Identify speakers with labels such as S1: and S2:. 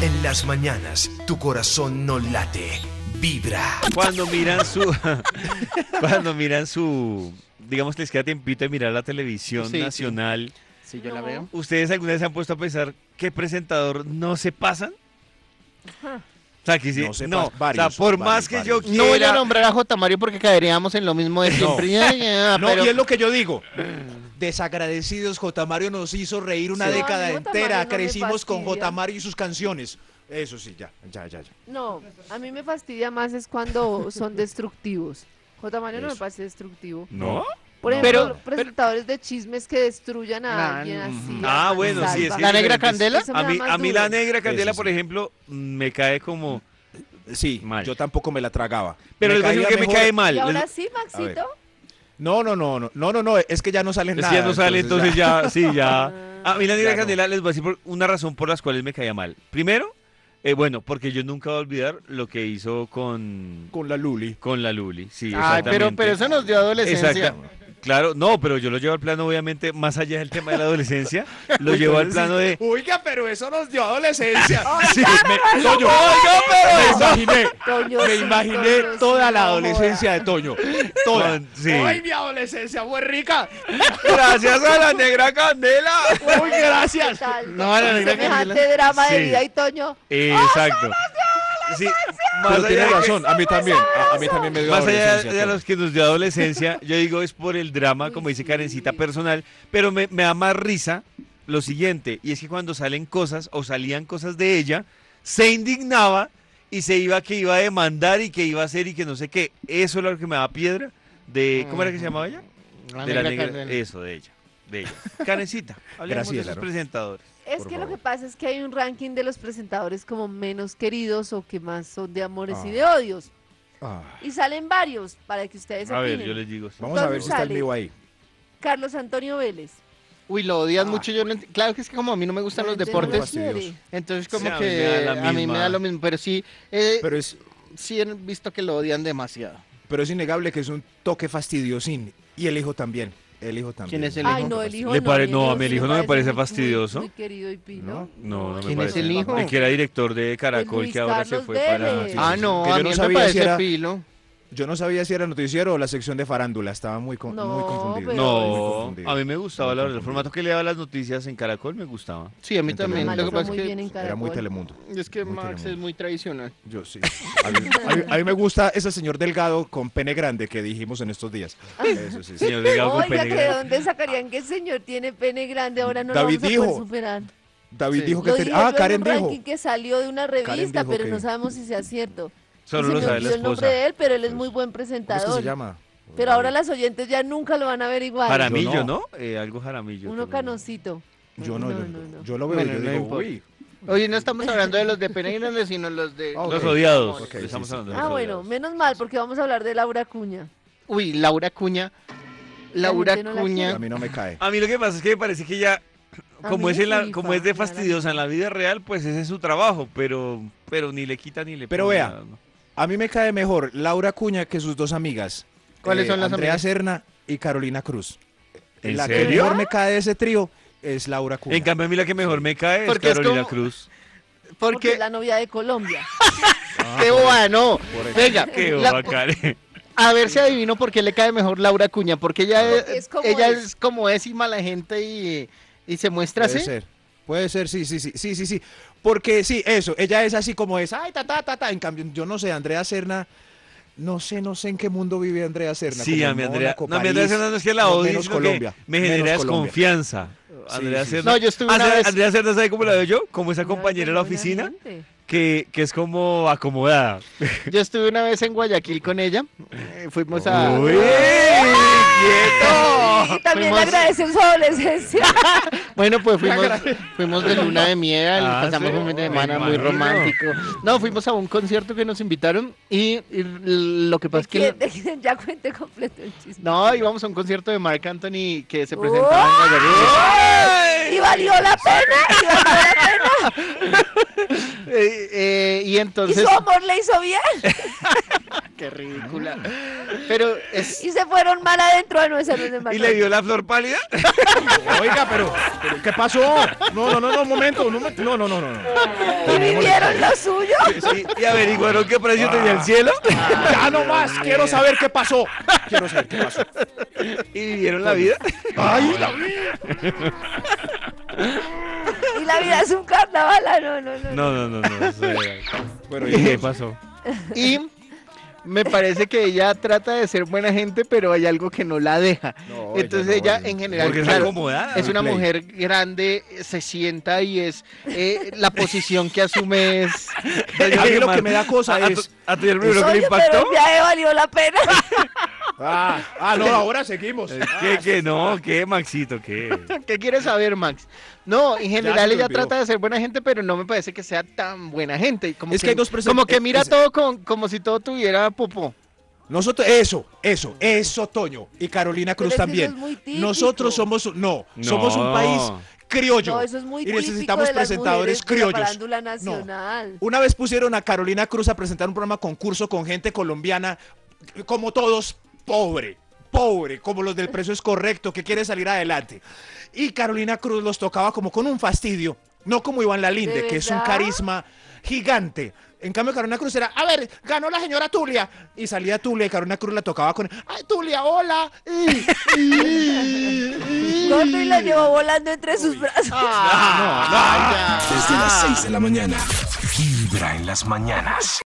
S1: En las mañanas, tu corazón no late, vibra.
S2: Cuando miran su. cuando miran su. Digamos, les queda tiempito de mirar la televisión
S3: Sí, sí.
S2: nacional.
S3: Sí, yo la veo.
S2: ¿Ustedes alguna vez se han puesto a pensar qué presentador no se pasan? O sea, que sí,
S4: No se
S2: no,
S4: pas- varios,
S2: o sea, por
S4: varios,
S2: más que yo
S4: varios.
S2: quiera.
S3: No voy a nombrar a J. Mario porque caeríamos en lo mismo de siempre. Ya, ya,
S4: No,
S3: pero-
S4: y es lo que yo digo.
S5: Desagradecidos, J. Mario nos hizo reír una
S6: Sí.
S5: década
S6: Ay, J. Mario
S5: entera.
S6: no me
S5: Crecimos con
S6: fastidia.
S5: J. Mario y sus canciones.
S4: Eso sí, ya, ya, ya. ya.
S6: No, a mí me fastidia más es cuando son destructivos. J. Mario no me
S4: Eso.
S6: parece destructivo.
S2: ¿No?
S6: Por
S4: No,
S6: ejemplo,
S3: no, no.
S6: presentadores de chismes que destruyan a
S3: Nah,
S6: alguien así.
S2: Ah,
S6: a
S2: bueno, sí, es
S6: mansalva.
S2: que
S3: ¿La negra
S2: diferentes.
S3: candela?
S6: Eso me
S2: A
S6: da
S2: mí,
S6: más
S2: a mí
S6: duro.
S2: la negra Candela,
S4: sí,
S2: por
S4: sí.
S2: ejemplo, me cae como...
S4: Sí,
S2: Mal.
S4: yo tampoco me la tragaba.
S2: Pero
S4: Me
S2: les voy a decir
S4: caía
S2: que me
S4: mejor-
S2: cae
S6: Y
S2: mal.
S6: ahora
S2: les-
S6: sí, Maxito.
S4: No, no, no, no, no, no, no, es que ya no salen
S2: Es
S4: nada.
S2: que ya no sale, entonces
S4: ya-
S2: ya, sí, ya.
S6: Ah.
S2: A mí la negra
S4: Ya no.
S2: Candela les voy a decir por- una razón por las cuales me caía mal. Primero, eh, bueno, porque yo nunca voy a olvidar lo que hizo con,
S4: Con la Luli.
S2: con la Luli. Sí,
S3: Ay, pero,
S2: exactamente.
S3: pero eso nos dio adolescencia.
S2: Exacta- Claro, no, pero yo lo llevo al plano, obviamente, más allá del tema de la adolescencia, lo llevo al plano de...
S4: Oiga, pero eso nos dio adolescencia.
S6: Sí,
S4: me, Toño, me imaginé,
S6: Toño,
S4: me
S6: sí,
S4: imaginé
S6: Toño,
S4: toda
S6: sí,
S4: la
S6: no
S4: adolescencia de Toño. Toda.
S2: Con- sí.
S4: Ay, mi adolescencia fue rica.
S2: Gracias a la negra Candela.
S4: Muy
S6: jodas.
S4: gracias.
S6: ¿Qué tal?
S3: No, la negra
S6: Semejante
S3: Candela.
S6: drama de
S2: Sí.
S6: vida y Toño.
S2: Exacto. Sí, más
S4: Pero tiene
S2: allá de que-
S4: razón, a mí también, a, a mí también me dio
S2: Más allá
S4: adolescencia.
S2: de
S4: Toño.
S2: los que nos dio adolescencia, yo digo es por el drama, como dice Karencita, personal, pero me, me da más risa lo siguiente, y es que cuando salen cosas o salían cosas de ella, se indignaba y se iba que iba a demandar y que iba a hacer y que no sé qué. Eso era lo que me daba piedra de... ¿Cómo era que se llamaba ella?
S3: La
S2: de la
S3: negra
S2: negra.
S4: eh.
S3: Candela.
S2: Eso, de ella. De ella. Karencita, hablemos de
S4: Graciela,
S2: sus
S4: ¿no?
S2: presentadores.
S6: Es
S4: Por
S6: que lo
S4: favor.
S6: que pasa es que hay un ranking de los presentadores como menos queridos o que más son de amores y
S4: Ah.
S6: de odios.
S4: Ah,
S6: Y salen varios para que ustedes
S2: A ver,
S6: opinen.
S2: yo les digo. sí.
S4: vamos a ver si está en
S6: Sale.
S4: vivo ahí.
S6: Carlos Antonio Vélez.
S3: Uy, lo odias mucho. Yo no ent- Claro que es que como a mí Ah. no me gustan los
S6: Realmente no lo
S3: deportes,
S4: fastidioso.
S6: quiere.
S3: entonces
S2: Sí,
S3: como
S2: a mí me da
S3: que
S2: la
S3: a mí me
S2: misma.
S3: da lo mismo. Pero sí, eh,
S4: Pero es,
S3: sí he visto que lo odian demasiado.
S4: pero es innegable que es un toque fastidiosín. Y el hijo también. El hijo también.
S3: ¿Quién es el
S6: Ay, no, el hijo
S2: Le
S6: no.
S2: pare-
S6: el
S2: no,
S6: hijo
S2: a mí el
S6: sí
S2: hijo no me parece
S6: muy- muy-
S2: fastidioso.
S6: Muy querido y pino.
S2: No, no me
S3: ¿Quién es
S2: parece.
S3: el hijo?
S2: que era director de Caracol,
S6: Pues Luis
S2: que ahora se
S6: Carlos
S2: fue para...
S6: Vélez.
S4: Sí,
S3: ah,
S4: sí,
S3: no,
S4: que yo
S3: a
S4: no
S3: mí me
S4: sabía si
S3: parece
S4: era-
S3: pilo.
S4: Yo no sabía si era noticiero o la sección de farándula. Estaba muy, con-
S6: No,
S4: muy confundido.
S6: pero-
S4: Muy
S2: No,
S4: confundido.
S2: a mí me gustaba,
S4: Muy
S2: la verdad. El
S4: confundido.
S2: formato que le daba las noticias en Caracol me gustaba.
S3: Sí, a mí
S4: Entonces,
S3: también.
S4: Max
S3: Lo que
S4: fue
S3: pasa
S6: muy
S3: es
S6: bien
S3: que,
S6: en
S4: Era muy
S6: Caracol.
S4: Telemundo.
S3: es que
S4: muy
S3: Max
S4: Telemundo.
S3: es muy tradicional.
S4: Yo sí. A mí, a mí- a mí me gusta ese señor delgado con pene grande que dijimos en estos días. Eso sí, sí.
S2: Señor Delgado con
S6: Oiga,
S2: pene
S6: que de
S2: grande.
S6: dónde sacarían que el señor tiene pene grande, ahora no lo
S4: David
S6: vamos a poder
S4: dijo.
S6: superar.
S4: David
S3: Sí.
S4: dijo que
S6: Lo
S4: tenía-
S6: dije
S4: Ah,
S6: yo en
S4: Karen
S6: un
S4: dijo.
S6: ranking que salió de una revista,
S4: dijo
S6: pero
S4: que-
S6: no sabemos si sea cierto.
S2: Solo
S6: Y se
S2: lo
S6: me
S2: sabe la
S6: olvidó el nombre
S2: esposa.
S6: de él, pero él es muy buen
S4: ¿Cómo es
S6: presentador.
S4: que se llama?
S6: Pero ahora las oyentes ya nunca lo van a ver igual.
S2: Jaramillo,
S4: Yo
S2: ¿no? Eh, algo Jaramillo.
S6: Uno
S2: también.
S6: canocito.
S4: Yo no, yo,
S6: no, no.
S4: yo lo veo
S3: Bueno,
S4: y yo
S3: no
S4: digo,
S3: importa.
S4: uy.
S3: Oye, no estamos hablando de los de pene grande, sino los de...
S4: Ah,
S2: Los
S4: Ok.
S2: odiados.
S4: Ok,
S2: le
S4: sí,
S2: estamos
S4: sí.
S2: hablando de
S6: Ah,
S2: los
S6: bueno,
S2: odiados.
S6: menos mal, porque vamos a hablar de Laura Cuña.
S3: Uy, Laura Cuña. Laura
S6: gente no la
S4: A
S3: Cuña.
S4: mí no me cae.
S2: A mí lo que pasa es que me parece que ya,
S6: A
S2: como
S6: mí
S2: es,
S6: me
S2: en la-
S6: rifa,
S2: como es de
S6: me da la
S2: fastidiosa en la vida real, pues ese es su trabajo, pero, pero ni le quita ni le
S4: Pero
S2: pone
S4: vea,
S2: nada, ¿no?
S4: A mí me cae mejor Laura Cuña que sus dos amigas. eh,
S3: ¿Cuáles son las
S4: Andrea
S3: amigas?
S4: Serna y Carolina Cruz.
S2: ¿En
S4: la que
S2: serio?
S4: mejor me cae de ese trío es Laura Cuña.
S2: En cambio, a mí la que mejor me cae es
S3: Porque es
S2: Carolina
S3: como-
S2: Cruz.
S6: Porque
S3: Porque...
S6: es la novia de Colombia.
S2: Ah,
S3: ¡Qué boba, no!
S4: Por eso.
S3: Venga,
S2: Qué
S3: la-
S2: boba, Karen.
S3: a ver si adivino por qué le cae mejor Laura Cuña. Porque ella, es,
S6: Es como
S3: ella
S6: es.
S3: es. como es y mala gente y, y se muestra
S4: Puede
S3: así.
S4: ser. Puede ser, sí, sí, sí, sí, sí, sí. Porque sí, eso, ella es así como es, ay, ta, ta, ta, ta. En cambio, yo no sé, Andrea Serna, no sé, no sé en qué mundo vive Andrea Serna.
S2: Sí,
S4: como
S2: a mi
S4: en
S2: Andrea.
S4: Mónaco,
S2: No, a mi Andrea
S4: París,
S2: Serna no es que la odie,
S4: menos
S2: sino que me genera
S4: menos Colombia.
S2: desconfianza.
S4: Sí,
S2: Andrea
S4: sí, sí.
S2: Serna.
S3: No, yo estuve una
S2: Andrea,
S3: vez-
S2: Andrea Serna, ¿sabe cómo la veo yo? Como esa
S6: Una
S2: compañera de la
S6: buena
S2: oficina
S6: gente.
S2: que, que es como acomodada.
S3: Yo estuve una vez en Guayaquil con ella. eh, fuimos a.
S2: ¡Uy! ¡Quieto!
S6: Y también
S3: Fuimos-
S6: le agradece su adolescencia.
S3: Bueno, pues fuimos, fuimos de luna de miel,
S2: Ah,
S3: pasamos
S2: sí.
S3: un fin de
S2: Me
S3: semana muy
S2: imagino.
S3: romántico. No, fuimos a un concierto que nos invitaron y, y lo que pasa es pues que.
S6: ¿Quién- de quién? ya cuente completo el chisme.
S3: No, íbamos a un concierto de Marc Anthony que se presentaba
S6: ¡Oh!
S3: en Guayaquil.
S6: Y valió la pena. y valió la pena.
S3: Eh, eh, y
S6: Y
S3: entonces.
S6: su amor le hizo bien.
S3: Qué ridícula. Pero es,
S6: Y se fueron mal adentro a no esa no es de
S2: ¿Y
S6: Manuel.
S2: le dio la flor pálida?
S4: Oiga, pero, pero ¿qué pasó? No, no, no, no, un momento, un momento. No, no, no, no. no.
S6: ¿Y vivieron lo suyo?
S2: Sí, ¿Y averiguaron qué precio tenía
S4: Ah.
S2: el cielo?
S4: Ya no más, quiero saber qué pasó. Quiero saber qué pasó.
S2: ¿Y vivieron la vida?
S4: Ay, David.
S6: Y la vida es un carnaval. ah, No, no, no.
S2: No, no, no, no. eso era-
S4: Bueno,
S2: ¿Y qué pasó?
S3: y me parece que ella trata de ser buena gente, pero hay algo que no la deja. Entonces ella, en general,
S2: Porque está
S3: claro,
S2: acomodada.
S3: es una
S4: Play.
S3: mujer grande, se sienta y es eh, la posición que asume es
S4: a mí lo que me da cosa
S2: ¿A,
S4: es.
S2: a, a tu- a tu- lo que
S6: Oye,
S2: le
S6: pero
S2: impactó?
S6: el viaje valió la pena.
S4: Ah, ah, no, ahora seguimos. Ah.
S2: ¿Qué, qué, no? ¿Qué, Maxito? ¿Qué?
S3: ¿Qué quieres saber, Max? No, en
S4: se
S3: general
S4: me
S3: ella
S4: olvidó.
S3: trata de ser buena gente, pero no me parece que sea tan buena gente. Como
S4: Es que hay dos perso-
S3: Como que
S4: eh,
S3: mira
S4: ese-
S3: todo con- como si todo tuviera popó.
S4: Nosotros, eso, eso, eso, Toño. Y Carolina
S6: Pero es
S4: Cruz
S6: que
S4: también.
S6: eso es muy típico.
S4: Nosotros somos, un- no,
S2: No.
S4: somos un país criollo.
S6: No, eso es muy
S4: y necesitamos
S6: típico de las mujeres
S4: presentadores
S6: de la
S4: criollos.
S6: farándula
S4: No.
S6: nacional.
S4: Una vez pusieron a Carolina Cruz a presentar un programa concurso con gente colombiana, como todos, pobre, pobre, como los del precio es correcto, que quiere salir adelante. Y Carolina Cruz los tocaba como con un fastidio, no como Iván Lalinde,
S6: ¿De
S4: que es un
S6: verdad?
S4: carisma gigante. En cambio, Carolina Cruz era, a ver, ganó la señora Tulia. Y salía Tulia y Carolina Cruz la tocaba con, ay, Tulia, hola. Y- y-
S6: Gordo y la llevó volando entre sus brazos.
S1: Desde las 6 de la mañana. Vibra en las mañanas.